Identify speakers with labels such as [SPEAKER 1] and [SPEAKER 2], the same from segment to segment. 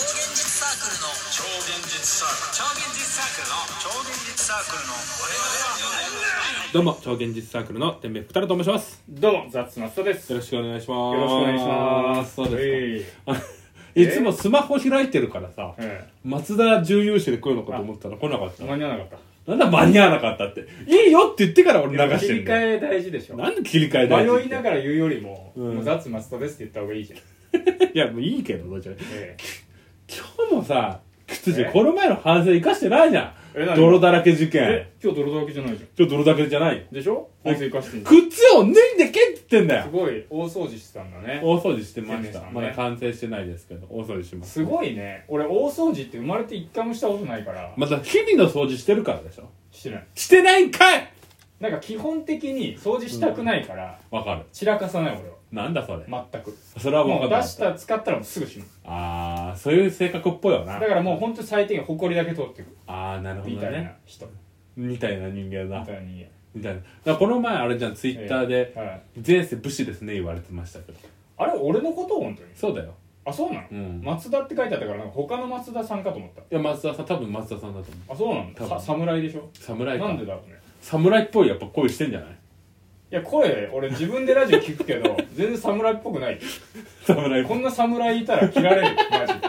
[SPEAKER 1] ークルの超現実サークル超現実サークルの超現実サークルの
[SPEAKER 2] どうも超現実サークルの天命二人と申します
[SPEAKER 3] どうも、ザッツマスタです。
[SPEAKER 2] よ
[SPEAKER 3] よ
[SPEAKER 2] ろしくお願いします
[SPEAKER 3] ろしくお願いします。
[SPEAKER 2] そうです
[SPEAKER 3] す
[SPEAKER 2] か、いつもスマホ開いてるからさ、
[SPEAKER 3] え
[SPEAKER 2] 松田準優勝で来るのかと思ったら来なかっ
[SPEAKER 3] え
[SPEAKER 2] た
[SPEAKER 3] 間に合わなかっ
[SPEAKER 2] なんだ間に合わなかったっていいよって言ってから俺
[SPEAKER 3] た。
[SPEAKER 2] 流して
[SPEAKER 3] 切
[SPEAKER 2] る
[SPEAKER 3] り
[SPEAKER 2] んだよ
[SPEAKER 3] 替え大事でしょ。
[SPEAKER 2] なんで切り替えだよ
[SPEAKER 3] 迷いながら言うよりも、
[SPEAKER 2] うん
[SPEAKER 3] もうザッツマスタですって言った方がいいじゃん。
[SPEAKER 2] いやもういいけどどうじゃ今
[SPEAKER 3] え
[SPEAKER 2] 日もさ靴じゃ
[SPEAKER 3] え
[SPEAKER 2] この前の反省生かしてないじゃ
[SPEAKER 3] え
[SPEAKER 2] ん
[SPEAKER 3] 何
[SPEAKER 2] 泥だらけ事
[SPEAKER 3] え
[SPEAKER 2] 件
[SPEAKER 3] え今日泥だけじゃないじゃ
[SPEAKER 2] ちょっと泥だらけじゃないよ
[SPEAKER 3] ん。でしょ
[SPEAKER 2] え
[SPEAKER 3] 反省生かしてんじゃん
[SPEAKER 2] 靴を脱いでけって言ってんだ
[SPEAKER 3] す
[SPEAKER 2] よ
[SPEAKER 3] ごい、大掃除してたんだね。
[SPEAKER 2] 大掃除してまし
[SPEAKER 3] 天明さ
[SPEAKER 2] た、
[SPEAKER 3] んね
[SPEAKER 2] まだ完成してないですけど大掃除します
[SPEAKER 3] すごいね。俺、大掃除って生まれて一回もしたことないから、
[SPEAKER 2] また日々の掃除してるからでしょ
[SPEAKER 3] してない。
[SPEAKER 2] してないんかい
[SPEAKER 3] なんか基本的に掃除したくないから、
[SPEAKER 2] わかる
[SPEAKER 3] 散らかさない俺
[SPEAKER 2] なんだそれ、
[SPEAKER 3] は。全く。
[SPEAKER 2] それは
[SPEAKER 3] も
[SPEAKER 2] わ
[SPEAKER 3] う
[SPEAKER 2] か
[SPEAKER 3] 出
[SPEAKER 2] る
[SPEAKER 3] した、使ったらもうすぐ死ぬ。
[SPEAKER 2] ああそういう性格っぽいよな
[SPEAKER 3] だからもう本当に最低限、埃だけ取ってくる。
[SPEAKER 2] ああなるほど
[SPEAKER 3] みたいな
[SPEAKER 2] ね
[SPEAKER 3] 人。
[SPEAKER 2] みたいな人間だ
[SPEAKER 3] みたいに。
[SPEAKER 2] みたいなだからこの前あれじゃんツイッターで
[SPEAKER 3] はい
[SPEAKER 2] 「前世武士ですね」言われてましたけど
[SPEAKER 3] あれ俺のこと本当に
[SPEAKER 2] そうだよ
[SPEAKER 3] あそうなの、
[SPEAKER 2] うん
[SPEAKER 3] 松田って書いてあったからなんか他の松田さんかと思っ
[SPEAKER 2] いや松田さん多分松田さんだと思う
[SPEAKER 3] たあそうなん
[SPEAKER 2] 多
[SPEAKER 3] だ
[SPEAKER 2] 分
[SPEAKER 3] さ侍でしょ
[SPEAKER 2] 侍か
[SPEAKER 3] なんでだろうね
[SPEAKER 2] 侍っぽいやっぱ恋してんじゃない
[SPEAKER 3] いや声俺自分でラジオ聞くけど全然侍っぽくない
[SPEAKER 2] 侍っぽ
[SPEAKER 3] こ
[SPEAKER 2] い
[SPEAKER 3] んな侍いたら切られるマジで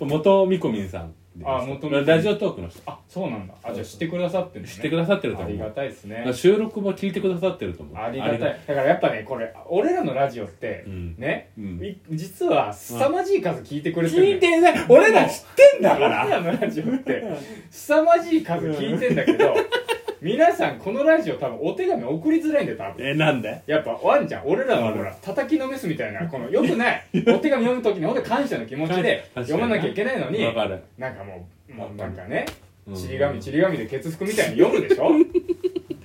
[SPEAKER 2] 元みこみんさんです
[SPEAKER 3] あ元みこみん
[SPEAKER 2] ラジオトークの人
[SPEAKER 3] あそうなんだあじゃあ知ってくださってる、ね、
[SPEAKER 2] 知ってくださってると
[SPEAKER 3] あり
[SPEAKER 2] 思
[SPEAKER 3] が
[SPEAKER 2] う
[SPEAKER 3] たいです
[SPEAKER 2] だから
[SPEAKER 3] ね
[SPEAKER 2] 収録も聞いてくださってると思う
[SPEAKER 3] ありがたいだからやっぱねこれ俺らのラジオって、
[SPEAKER 2] うん
[SPEAKER 3] ね、
[SPEAKER 2] うん
[SPEAKER 3] い実は凄まじい数聞いてくれてるのよ
[SPEAKER 2] 聞いてない俺ら知ってんだから
[SPEAKER 3] 俺らのラジオって凄まじい数聞いてんだけど皆さんこのラジオ多分お手紙送りづらいんだよ多分
[SPEAKER 2] えなんで
[SPEAKER 3] やっぱワンちゃん俺らのほら叩きのめすみたいなこのよくないお手紙読む時にほんと感謝の気持ちで
[SPEAKER 2] 感謝
[SPEAKER 3] 読まなきゃいけないのに
[SPEAKER 2] わかる
[SPEAKER 3] なんかもうもうなんかね
[SPEAKER 2] うん
[SPEAKER 3] ちり紙ちり紙でケツ服みたいに読むで しょ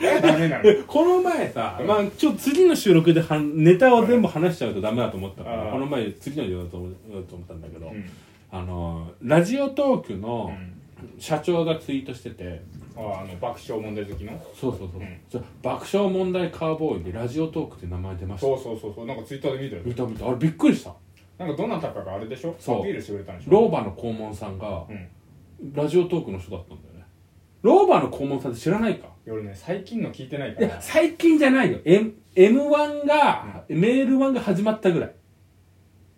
[SPEAKER 3] だからダメなの
[SPEAKER 2] この前さ、
[SPEAKER 3] うん
[SPEAKER 2] まあ、ちょっと次の収録ではネタを全部話しちゃうとダメだと思ったか
[SPEAKER 3] あ
[SPEAKER 2] ら
[SPEAKER 3] ー
[SPEAKER 2] この前次ので言おうと思言おうと思ったんだけど、
[SPEAKER 3] うん
[SPEAKER 2] あのラジオトークの
[SPEAKER 3] うん
[SPEAKER 2] 社長がツイートしてて
[SPEAKER 3] ああの爆笑問題好きの
[SPEAKER 2] そうそうそう、
[SPEAKER 3] うん
[SPEAKER 2] じゃ爆笑問題カーボーイでラジオトークって名前出ました
[SPEAKER 3] そうそうそうそうなんかツイッターで見たよ
[SPEAKER 2] 見た見たあれびっくりした
[SPEAKER 3] なんかどなたかがあれでしょアピ
[SPEAKER 2] そう
[SPEAKER 3] ールしてくれたんでしょ
[SPEAKER 2] ローバの黄門さんが
[SPEAKER 3] うん
[SPEAKER 2] ラジオトークの人だったんだよねローバの黄門さんって知らないか
[SPEAKER 3] 俺ね最近の聞いてないか
[SPEAKER 2] いや
[SPEAKER 3] ら
[SPEAKER 2] 最近じゃないよ M- M1 が、メール1が始まったぐらい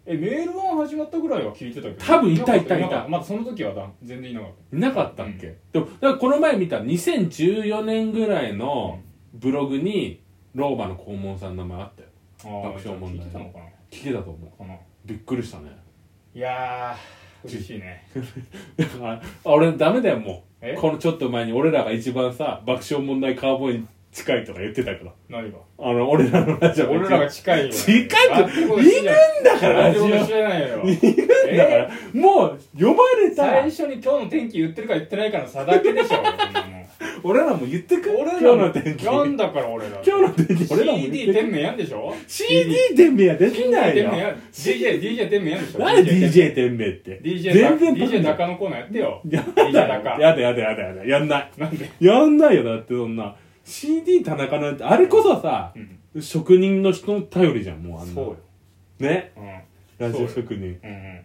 [SPEAKER 3] えメールワン始まったぐらいは聞いてたけど
[SPEAKER 2] 多分いたいたいた
[SPEAKER 3] なかったまだその時はだ全然いなかっ
[SPEAKER 2] いなかったっけ、でもだからこの前見た2014年ぐらいのブログに老婆の肛門さんの名前あったよ
[SPEAKER 3] たああ
[SPEAKER 2] 爆笑問題
[SPEAKER 3] 聞いてたのかな
[SPEAKER 2] 聞けたと思う
[SPEAKER 3] かな
[SPEAKER 2] びっくりしたね
[SPEAKER 3] いやー嬉しいね
[SPEAKER 2] だから俺ダメだよも
[SPEAKER 3] え
[SPEAKER 2] うこのちょっと前に俺らが一番さ爆笑問題カーボーイに近いとか言ってたから
[SPEAKER 3] 何が
[SPEAKER 2] あの俺らのラジオ
[SPEAKER 3] 俺らが近いよ
[SPEAKER 2] 近いって
[SPEAKER 3] あってこと
[SPEAKER 2] いるんだから
[SPEAKER 3] ラジオも知らないよ
[SPEAKER 2] 一番だからもう呼ばれた
[SPEAKER 3] 最初に今日の天気言ってるか言ってないかの差だけでしょ
[SPEAKER 2] 俺らも言ってく
[SPEAKER 3] 俺ら
[SPEAKER 2] 今日の天気
[SPEAKER 3] なんだから俺ら
[SPEAKER 2] 今日の天気俺らも言って
[SPEAKER 3] CD 天命やんでしょ
[SPEAKER 2] CD 天命は出てない
[SPEAKER 3] 天
[SPEAKER 2] よ
[SPEAKER 3] 命やん DJ DJ 天命やんでしょ
[SPEAKER 2] なんで DJ 天命って
[SPEAKER 3] DJ
[SPEAKER 2] 全然
[SPEAKER 3] DJ
[SPEAKER 2] パク
[SPEAKER 3] 中のコーナーやってよ
[SPEAKER 2] や
[SPEAKER 3] DJ
[SPEAKER 2] だ
[SPEAKER 3] 中
[SPEAKER 2] やだやだやだやだやんない
[SPEAKER 3] なんで
[SPEAKER 2] やんないよだってそんな CD 田中なんてあれこそさ、職人の人の頼りじゃんもうあんな
[SPEAKER 3] そうよ
[SPEAKER 2] ね
[SPEAKER 3] うん
[SPEAKER 2] ラジオ職人
[SPEAKER 3] うんうん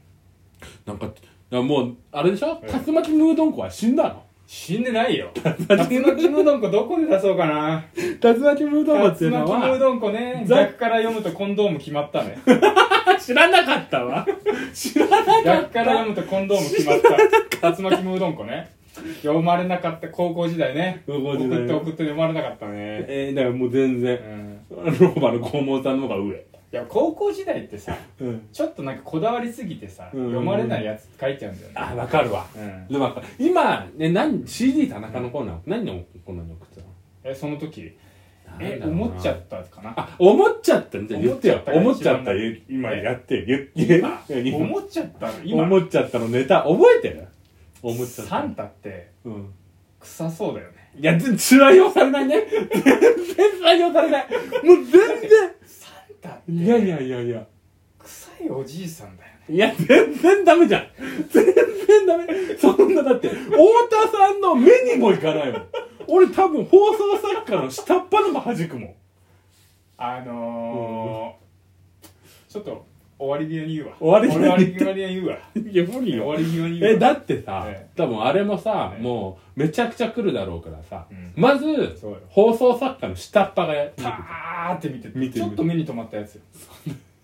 [SPEAKER 2] なんかだからもうあれでしょ
[SPEAKER 3] ええ
[SPEAKER 2] 竜巻ムードンコは死んだの
[SPEAKER 3] 死んでない よ竜巻ムードンコどこで出そうかな
[SPEAKER 2] 竜巻ムードンコってい
[SPEAKER 3] 竜
[SPEAKER 2] うの
[SPEAKER 3] 巻ムー
[SPEAKER 2] は
[SPEAKER 3] ドンコね
[SPEAKER 2] ざ
[SPEAKER 3] 逆から読むとコンドーム決まったね
[SPEAKER 2] 知らなかった わ知らなか った
[SPEAKER 3] 逆から読むとコンドーム決まった竜巻ムードンコね読まれなかった高校時代ね
[SPEAKER 2] 高校時代
[SPEAKER 3] 送って送って読まれなかったね
[SPEAKER 2] えー、だからもう全
[SPEAKER 3] う
[SPEAKER 2] 然、
[SPEAKER 3] ん
[SPEAKER 2] ローバの肛門さんの方が上
[SPEAKER 3] いや高校時代ってさ
[SPEAKER 2] うん
[SPEAKER 3] ちょっとなんかこだわりすぎてさ
[SPEAKER 2] うん
[SPEAKER 3] 読まれないやつ書いちゃうんだよね
[SPEAKER 2] あわかるわ
[SPEAKER 3] うん
[SPEAKER 2] でも今、ね、何 CD 田中のコーナー、何をこんなに送ってたの
[SPEAKER 3] えその時え
[SPEAKER 2] なんだろうな
[SPEAKER 3] 思っちゃったかな
[SPEAKER 2] あ思っちゃったんじゃあ言ってよ思
[SPEAKER 3] 思
[SPEAKER 2] っ
[SPEAKER 3] っ
[SPEAKER 2] ち
[SPEAKER 3] ち
[SPEAKER 2] ゃっ
[SPEAKER 3] ゃったたが
[SPEAKER 2] 言う今
[SPEAKER 3] え
[SPEAKER 2] やって言言え今
[SPEAKER 3] 思っちゃった今
[SPEAKER 2] 思っちゃったのネタ覚えてる思っちゃった
[SPEAKER 3] サンタって
[SPEAKER 2] うん
[SPEAKER 3] 臭そうだよね
[SPEAKER 2] いや全然採用されないね全然採用されないもう全然
[SPEAKER 3] サンタって
[SPEAKER 2] いやいやいやいや
[SPEAKER 3] 臭いおじいさんだよね
[SPEAKER 2] いや全然ダメじゃん全然ダメそんなだって太田さんの目にもいかないもん俺多分放送作家の下っ端のも弾くもん
[SPEAKER 3] あのーちょっと終わり際に言うわ
[SPEAKER 2] 終わり際に
[SPEAKER 3] 俺終わり際に言うわ
[SPEAKER 2] いや無理
[SPEAKER 3] 終
[SPEAKER 2] よ
[SPEAKER 3] わり際に言うわ
[SPEAKER 2] えだってさ、
[SPEAKER 3] え
[SPEAKER 2] 多分あれもさ、
[SPEAKER 3] ええ
[SPEAKER 2] もうめちゃくちゃ来るだろうからさ、
[SPEAKER 3] うん
[SPEAKER 2] まず
[SPEAKER 3] そうよ
[SPEAKER 2] 放送作家の下っ端がやってくる
[SPEAKER 3] パーって見て
[SPEAKER 2] 見てる
[SPEAKER 3] ちょっと目に留まったやつよ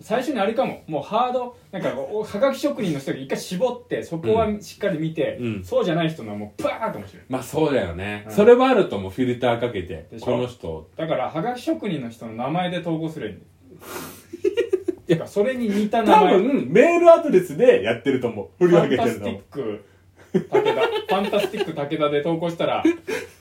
[SPEAKER 3] 最初にあれかももうハードなんかおはがき職人の人が一回絞ってそこはしっかり見て、
[SPEAKER 2] うん
[SPEAKER 3] そうじゃない人のはもうパーって面白い
[SPEAKER 2] まあそうだよね、
[SPEAKER 3] うん
[SPEAKER 2] それはあるともうフィルターかけて
[SPEAKER 3] でしょ
[SPEAKER 2] この人
[SPEAKER 3] だからはがき職人の人の名前で投稿すればいいんだよてかそれに似た名
[SPEAKER 2] 多
[SPEAKER 3] 前
[SPEAKER 2] 分メールアドレスでやってると思う振り
[SPEAKER 3] フ
[SPEAKER 2] 分
[SPEAKER 3] ァン
[SPEAKER 2] けて
[SPEAKER 3] タス
[SPEAKER 2] る
[SPEAKER 3] ティ
[SPEAKER 2] の
[SPEAKER 3] ック武田ファンタスティック武田で投稿したら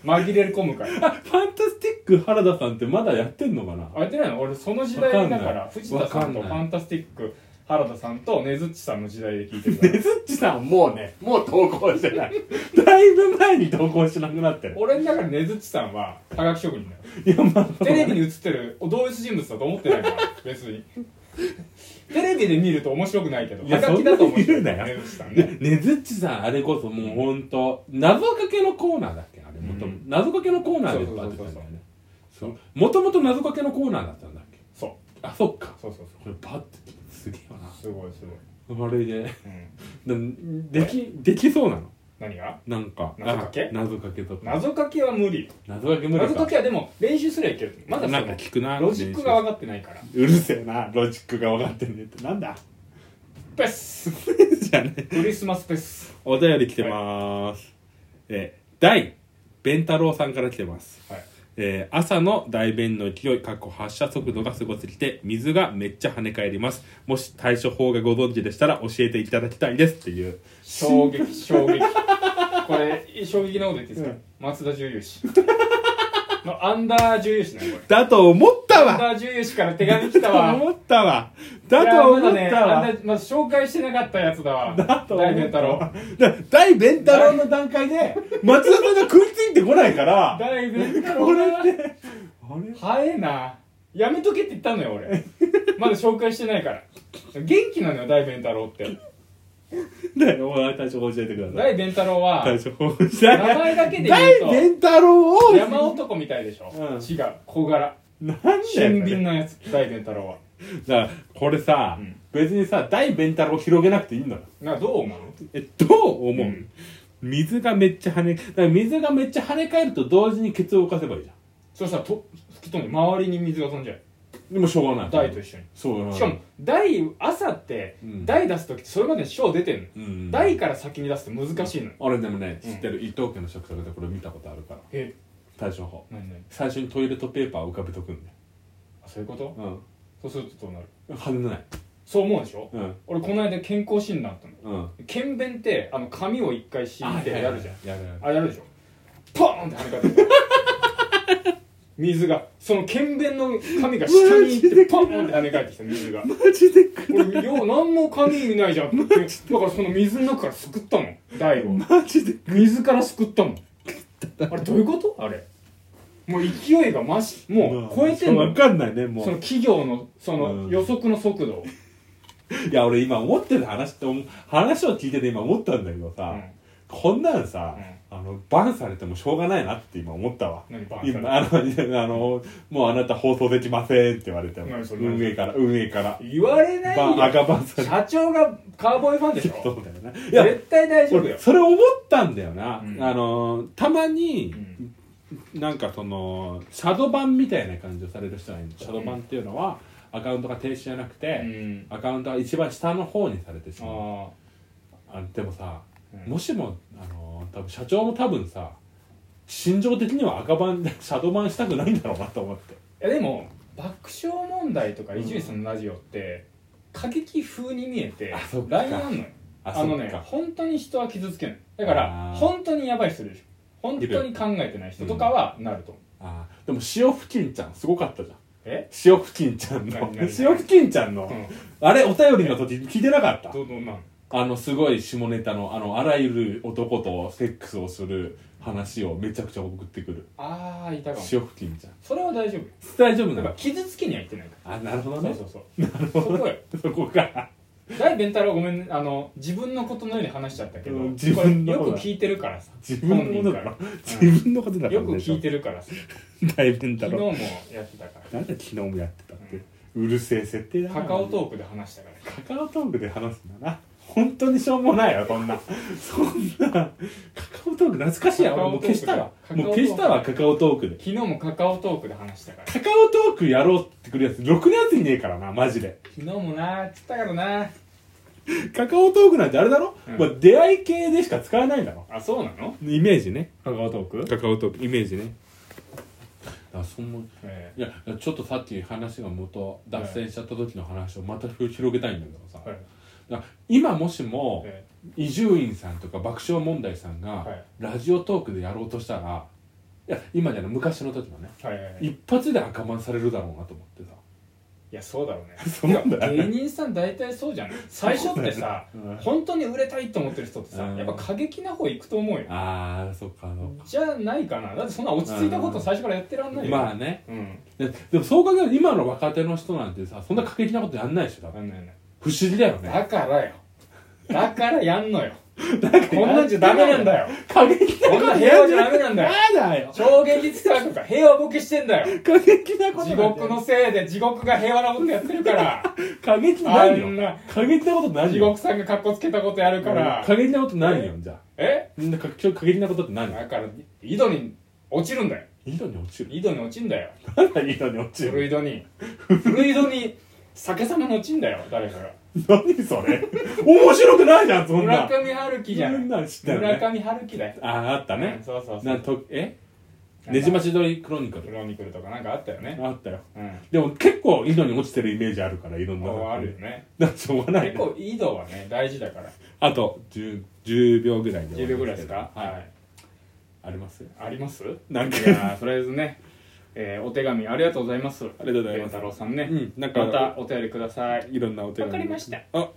[SPEAKER 3] 紛れ込むから
[SPEAKER 2] あファンタスティック原田さんってまだやってんのかな
[SPEAKER 3] あれってないの俺その時代だか
[SPEAKER 2] わか
[SPEAKER 3] ら
[SPEAKER 2] んない
[SPEAKER 3] 藤田さんと
[SPEAKER 2] わかん
[SPEAKER 3] フ
[SPEAKER 2] ない
[SPEAKER 3] ァンタスティック原田さんとねずっちさんの時代で聞いてるか
[SPEAKER 2] ね
[SPEAKER 3] ら
[SPEAKER 2] ずっちさんもうねもう投稿してない だいぶ前に投稿しなくなってる
[SPEAKER 3] 俺の中でねずっちさんは科学職人だよ
[SPEAKER 2] いやまあ
[SPEAKER 3] テレビに映ってる同一人物だと思ってないから別にテレビで見ると面白くないけど
[SPEAKER 2] いや
[SPEAKER 3] はがきだと面白
[SPEAKER 2] そん
[SPEAKER 3] い
[SPEAKER 2] なこと言うなよ
[SPEAKER 3] ねずっちさんね
[SPEAKER 2] ねねずっちさんあれこそもうほんと謎かけのコーナーだっけあれもとも、
[SPEAKER 3] うん
[SPEAKER 2] 謎かけのコーナーでバズったんだよねそうもともと謎かけのコーナーだったんだっけ
[SPEAKER 3] そう
[SPEAKER 2] あそっか
[SPEAKER 3] そうそう
[SPEAKER 2] これパッてすげえよ
[SPEAKER 3] そうすごいすごい、
[SPEAKER 2] なあれで
[SPEAKER 3] うん、
[SPEAKER 2] なできできそうなの
[SPEAKER 3] 何が
[SPEAKER 2] なんか
[SPEAKER 3] 謎かけ
[SPEAKER 2] あ謎かけとか
[SPEAKER 3] 謎かけは無理よ
[SPEAKER 2] 謎かけ無理
[SPEAKER 3] 謎かけはでも練習すりゃいけるまだそ
[SPEAKER 2] なん
[SPEAKER 3] の
[SPEAKER 2] か聞くな
[SPEAKER 3] ロジックが分かってないから
[SPEAKER 2] うるせえなロジックが分かってねえってなんだ
[SPEAKER 3] ペス
[SPEAKER 2] じゃあね
[SPEAKER 3] クリスマスペス
[SPEAKER 2] お便り来てまーす、えー大弁太郎さんから来てます
[SPEAKER 3] はい
[SPEAKER 2] えー朝の大便の勢い、かっこ発射速度がすごすぎて、水がめっちゃ跳ね返ります。もし対処法がご存知でしたら教えていただきたいですっていう。
[SPEAKER 3] 衝撃衝撃 これ衝撃なこと言っていいですか、
[SPEAKER 2] うん
[SPEAKER 3] 松田重勇 士のアンダー重勇士ねこれ
[SPEAKER 2] だと思った
[SPEAKER 3] アン
[SPEAKER 2] わ
[SPEAKER 3] ダー重勇士から手紙来た
[SPEAKER 2] だと
[SPEAKER 3] わ
[SPEAKER 2] 思ったわ
[SPEAKER 3] い
[SPEAKER 2] だ
[SPEAKER 3] や
[SPEAKER 2] と
[SPEAKER 3] ま
[SPEAKER 2] 思
[SPEAKER 3] だ
[SPEAKER 2] っ
[SPEAKER 3] ね
[SPEAKER 2] た
[SPEAKER 3] アン
[SPEAKER 2] わ
[SPEAKER 3] ダーまだ紹介してなかったやつだわ
[SPEAKER 2] だと思
[SPEAKER 3] 大
[SPEAKER 2] った
[SPEAKER 3] 弁太郎
[SPEAKER 2] わだ大弁太郎の段階で、松田さんが食いついてこないから、
[SPEAKER 3] 大弁太
[SPEAKER 2] こ
[SPEAKER 3] 郎
[SPEAKER 2] れ
[SPEAKER 3] だ
[SPEAKER 2] って、あれ
[SPEAKER 3] 早えなやめとけって言ったのよ 俺まだ紹介してないから元気なのよ大弁太郎って
[SPEAKER 2] だよ、お前対処法教えてください。
[SPEAKER 3] 大弁太郎は
[SPEAKER 2] 対処法教え
[SPEAKER 3] 名前だけで言うと
[SPEAKER 2] 大弁太郎を、
[SPEAKER 3] 山男みたいでしょ、
[SPEAKER 2] うん
[SPEAKER 3] 違う小柄
[SPEAKER 2] なんだよこれ。
[SPEAKER 3] 俊敏なやつ大弁太郎は
[SPEAKER 2] だからこれさ、
[SPEAKER 3] うん
[SPEAKER 2] 別にさ大弁太郎広げなくていいんだよ
[SPEAKER 3] などう思う
[SPEAKER 2] えどう思う、
[SPEAKER 3] うん
[SPEAKER 2] 水がめっちゃ跳ねだから水がめっちゃ跳ね返ると同時にケツを浮かせばいいじゃん
[SPEAKER 3] そしたらと吹き飛んで周りに水が飛んじゃう
[SPEAKER 2] でもしょうがない
[SPEAKER 3] 大と一緒に
[SPEAKER 2] そうだな
[SPEAKER 3] しかも大朝って
[SPEAKER 2] うん
[SPEAKER 3] 大出す時ってそれまでに小出てんの、
[SPEAKER 2] うん
[SPEAKER 3] 大から先に出すって難しいのよ
[SPEAKER 2] 俺でもね
[SPEAKER 3] うん
[SPEAKER 2] 知ってる伊藤家の食卓でこれ見たことあるから
[SPEAKER 3] え
[SPEAKER 2] 対処法
[SPEAKER 3] 何何
[SPEAKER 2] 最初にトイレットペーパーを浮かべとくんだ
[SPEAKER 3] あそういうこと
[SPEAKER 2] よ
[SPEAKER 3] そうするとどうなる
[SPEAKER 2] うん跳ねない
[SPEAKER 3] そう思うでしょ、
[SPEAKER 2] うん
[SPEAKER 3] 俺この間健康診断あった
[SPEAKER 2] う
[SPEAKER 3] の
[SPEAKER 2] ん
[SPEAKER 3] 検便ってあの紙を一回敷いてやるじゃん
[SPEAKER 2] やるやる
[SPEAKER 3] あれやるでしょポーンって跳ね返って水がその検便の紙が下に行ってポーンって跳ね返ってきた水が
[SPEAKER 2] マジでく
[SPEAKER 3] 俺よう何も紙いないじゃんってだからその水の中からすくったもん大を
[SPEAKER 2] マジで
[SPEAKER 3] 水からすくったもんあれどういうことあれもう勢いがましもう超えてん
[SPEAKER 2] わ
[SPEAKER 3] の
[SPEAKER 2] かんないねもう
[SPEAKER 3] その企業のそうの
[SPEAKER 2] ん
[SPEAKER 3] 予測の速度を
[SPEAKER 2] いや俺今思ってる話って思う話を聞いてて今思ったんだけどさ、
[SPEAKER 3] うん
[SPEAKER 2] こんなんさ、あのバンされてもしょうがないなって今思ったわ
[SPEAKER 3] 何バンされ
[SPEAKER 2] 今あのあのもうあなた放送できませんって言われても
[SPEAKER 3] 何それ
[SPEAKER 2] 運営から運営から
[SPEAKER 3] 言われない
[SPEAKER 2] バン
[SPEAKER 3] よ
[SPEAKER 2] 赤バンされて
[SPEAKER 3] 社長がカウボーイファンでし
[SPEAKER 2] そ
[SPEAKER 3] ょ
[SPEAKER 2] うだよねいや
[SPEAKER 3] 絶対大丈夫よ
[SPEAKER 2] 俺それ思ったんだよな、
[SPEAKER 3] うん
[SPEAKER 2] あのたまに
[SPEAKER 3] う、ん
[SPEAKER 2] なんかそのシャドバンみたいな感じをされる人がいるのシャドバンっていうのは、アカウントが停止じゃなく
[SPEAKER 3] う
[SPEAKER 2] て、
[SPEAKER 3] ん
[SPEAKER 2] アカウントが一番下の方にされてし
[SPEAKER 3] あ
[SPEAKER 2] まう
[SPEAKER 3] ー
[SPEAKER 2] あでもさ、
[SPEAKER 3] うん
[SPEAKER 2] もしもあのー多分社長も多分さ心情的には赤番 シャドーバンしたくないんだろうなと思って
[SPEAKER 3] いやでも爆笑問題とか伊集院さんのラジオって過激風に見えて
[SPEAKER 2] あそっか
[SPEAKER 3] LINE あんのよ
[SPEAKER 2] あ
[SPEAKER 3] あのね
[SPEAKER 2] そっか
[SPEAKER 3] 本当に人は傷つけないだから
[SPEAKER 2] あー
[SPEAKER 3] 本当にヤバい人いるでしょ本当に考えてない人とかはなると思う、
[SPEAKER 2] あーでも潮吹きんちゃんすごかったじゃん
[SPEAKER 3] え
[SPEAKER 2] 潮吹きんちゃんの
[SPEAKER 3] 何何
[SPEAKER 2] 潮吹きんちゃんの、
[SPEAKER 3] うん
[SPEAKER 2] あれお便りの時聞いてなかった
[SPEAKER 3] どうどうなん
[SPEAKER 2] あのすごい下ネタのあのあらゆる男とセックスをする話をめちゃくちゃ送ってくる
[SPEAKER 3] ああいたかも
[SPEAKER 2] 潮吹きんちゃん
[SPEAKER 3] それは大丈夫よ
[SPEAKER 2] 大丈夫
[SPEAKER 3] だ
[SPEAKER 2] な
[SPEAKER 3] から
[SPEAKER 2] の
[SPEAKER 3] 傷つけにはいってないか
[SPEAKER 2] あなるほど
[SPEAKER 3] ら、
[SPEAKER 2] ね
[SPEAKER 3] そうそうそうそこよ
[SPEAKER 2] そこから
[SPEAKER 3] 大弁太郎ごめんねあの自分のことのように話しちゃったけど、
[SPEAKER 2] うん自分の
[SPEAKER 3] こ
[SPEAKER 2] こ
[SPEAKER 3] れ
[SPEAKER 2] と
[SPEAKER 3] よく聞いてるからさ
[SPEAKER 2] 自分のことだろ 自分のことだ
[SPEAKER 3] 本人から
[SPEAKER 2] ろ
[SPEAKER 3] よく聞いてるからさ
[SPEAKER 2] 大変だ
[SPEAKER 3] 昨日
[SPEAKER 2] ろ
[SPEAKER 3] もやってたから
[SPEAKER 2] なんで昨日もやってたって、
[SPEAKER 3] うん
[SPEAKER 2] うるせえ設定だな
[SPEAKER 3] カカオトークで話したから
[SPEAKER 2] カカオトークで話すんだな本当にしょうもないわこんなそんなカカオトーク懐かしいわ俺もう消したわ
[SPEAKER 3] カカオトーク
[SPEAKER 2] もう消したわカカオトークで
[SPEAKER 3] 昨日もカカオトークで話したから
[SPEAKER 2] カカオトークやろうってくるやつろくなやついねえからなマジで
[SPEAKER 3] 昨日もなっつったからな
[SPEAKER 2] カカオトークなんてあれだろ、
[SPEAKER 3] うん
[SPEAKER 2] まあ、出会い系でしか使えないんだろ
[SPEAKER 3] あそうなの
[SPEAKER 2] イメージね
[SPEAKER 3] カカオトーク
[SPEAKER 2] カカオトークイメージねあそんない
[SPEAKER 3] え
[SPEAKER 2] やちょっとさっき話が元脱線しちゃった時の話をまた広げたいんだけどさ、
[SPEAKER 3] えはい
[SPEAKER 2] な今もしも
[SPEAKER 3] え
[SPEAKER 2] 伊集院さんとか爆笑問題さんが
[SPEAKER 3] はい
[SPEAKER 2] ラジオトークでやろうとしたらいや今じゃない昔の時のね
[SPEAKER 3] えはいはいはいい
[SPEAKER 2] 一発で赤マンされるだろうなと思ってさ
[SPEAKER 3] やそうだろうね
[SPEAKER 2] そうなんだよ
[SPEAKER 3] 芸人さん大体そうじゃない最初ってさ
[SPEAKER 2] うん
[SPEAKER 3] 本当に売れたいと思ってる人ってさ
[SPEAKER 2] うん
[SPEAKER 3] やっぱ過激な方行くと思うよ
[SPEAKER 2] ああそっかそ
[SPEAKER 3] じゃないかなだってそんな落ち着いたこと最初からやってらんない
[SPEAKER 2] っか
[SPEAKER 3] よ
[SPEAKER 2] まあね
[SPEAKER 3] うん
[SPEAKER 2] ででもそう考えると今の若手の人なんてさそんな過激なことやんないでしょ多
[SPEAKER 3] わか
[SPEAKER 2] 分
[SPEAKER 3] んないね
[SPEAKER 2] 不思議だよね
[SPEAKER 3] だからよだからやんの よこんなんじゃダメなんだよ
[SPEAKER 2] 過激な
[SPEAKER 3] こんな平和じゃダメなんだよ
[SPEAKER 2] やだよ
[SPEAKER 3] 超現実科学が平和ボケしてんだよ
[SPEAKER 2] 過激なこと
[SPEAKER 3] 地獄のせいで地獄が平和なことやってるから
[SPEAKER 2] 過激 な
[SPEAKER 3] あ
[SPEAKER 2] 何
[SPEAKER 3] ん
[SPEAKER 2] よ
[SPEAKER 3] な
[SPEAKER 2] 過激なこと何
[SPEAKER 3] 地
[SPEAKER 2] よ
[SPEAKER 3] 獄さんが格好つけたことやるから
[SPEAKER 2] 過激なこと何よじゃあ
[SPEAKER 3] え
[SPEAKER 2] みんな過激なことって何よ
[SPEAKER 3] だから井戸に落ちるんだよ
[SPEAKER 2] 井戸に落ちる
[SPEAKER 3] 井戸に落ちんだよ
[SPEAKER 2] なんだ井戸に落ち
[SPEAKER 3] 古
[SPEAKER 2] る
[SPEAKER 3] 井戸に古井戸に酒様の落ちんだよ誰かが
[SPEAKER 2] 何それ面白くないじゃんそんな
[SPEAKER 3] 村上春樹じゃ
[SPEAKER 2] そ
[SPEAKER 3] ん
[SPEAKER 2] んなん知ってる
[SPEAKER 3] 村
[SPEAKER 2] ね
[SPEAKER 3] 上春樹だよ
[SPEAKER 2] あああった
[SPEAKER 3] う
[SPEAKER 2] ね
[SPEAKER 3] んそうそうそう
[SPEAKER 2] なんとえ
[SPEAKER 3] なんか
[SPEAKER 2] ねじまちどりクロニク
[SPEAKER 3] ク
[SPEAKER 2] ル
[SPEAKER 3] ロニクルとかなんかあったよね
[SPEAKER 2] あったよ
[SPEAKER 3] うん
[SPEAKER 2] でも結構井戸に落ちてるイメージあるからいろんな
[SPEAKER 3] こうあるよね
[SPEAKER 2] だからしょうがない
[SPEAKER 3] 結構井戸はね大事だから
[SPEAKER 2] あと 10, 10秒ぐらいで
[SPEAKER 3] 10秒ぐらいですか
[SPEAKER 2] はい、
[SPEAKER 3] はい
[SPEAKER 2] あります
[SPEAKER 3] あります
[SPEAKER 2] なんか
[SPEAKER 3] いやーとりあえずね、えーお手紙ありがとうございますあ
[SPEAKER 2] りがとうございます
[SPEAKER 3] 太郎さんね、
[SPEAKER 2] うんなんか
[SPEAKER 3] またお便りください
[SPEAKER 2] いろんなお手紙
[SPEAKER 3] わかりました
[SPEAKER 2] あ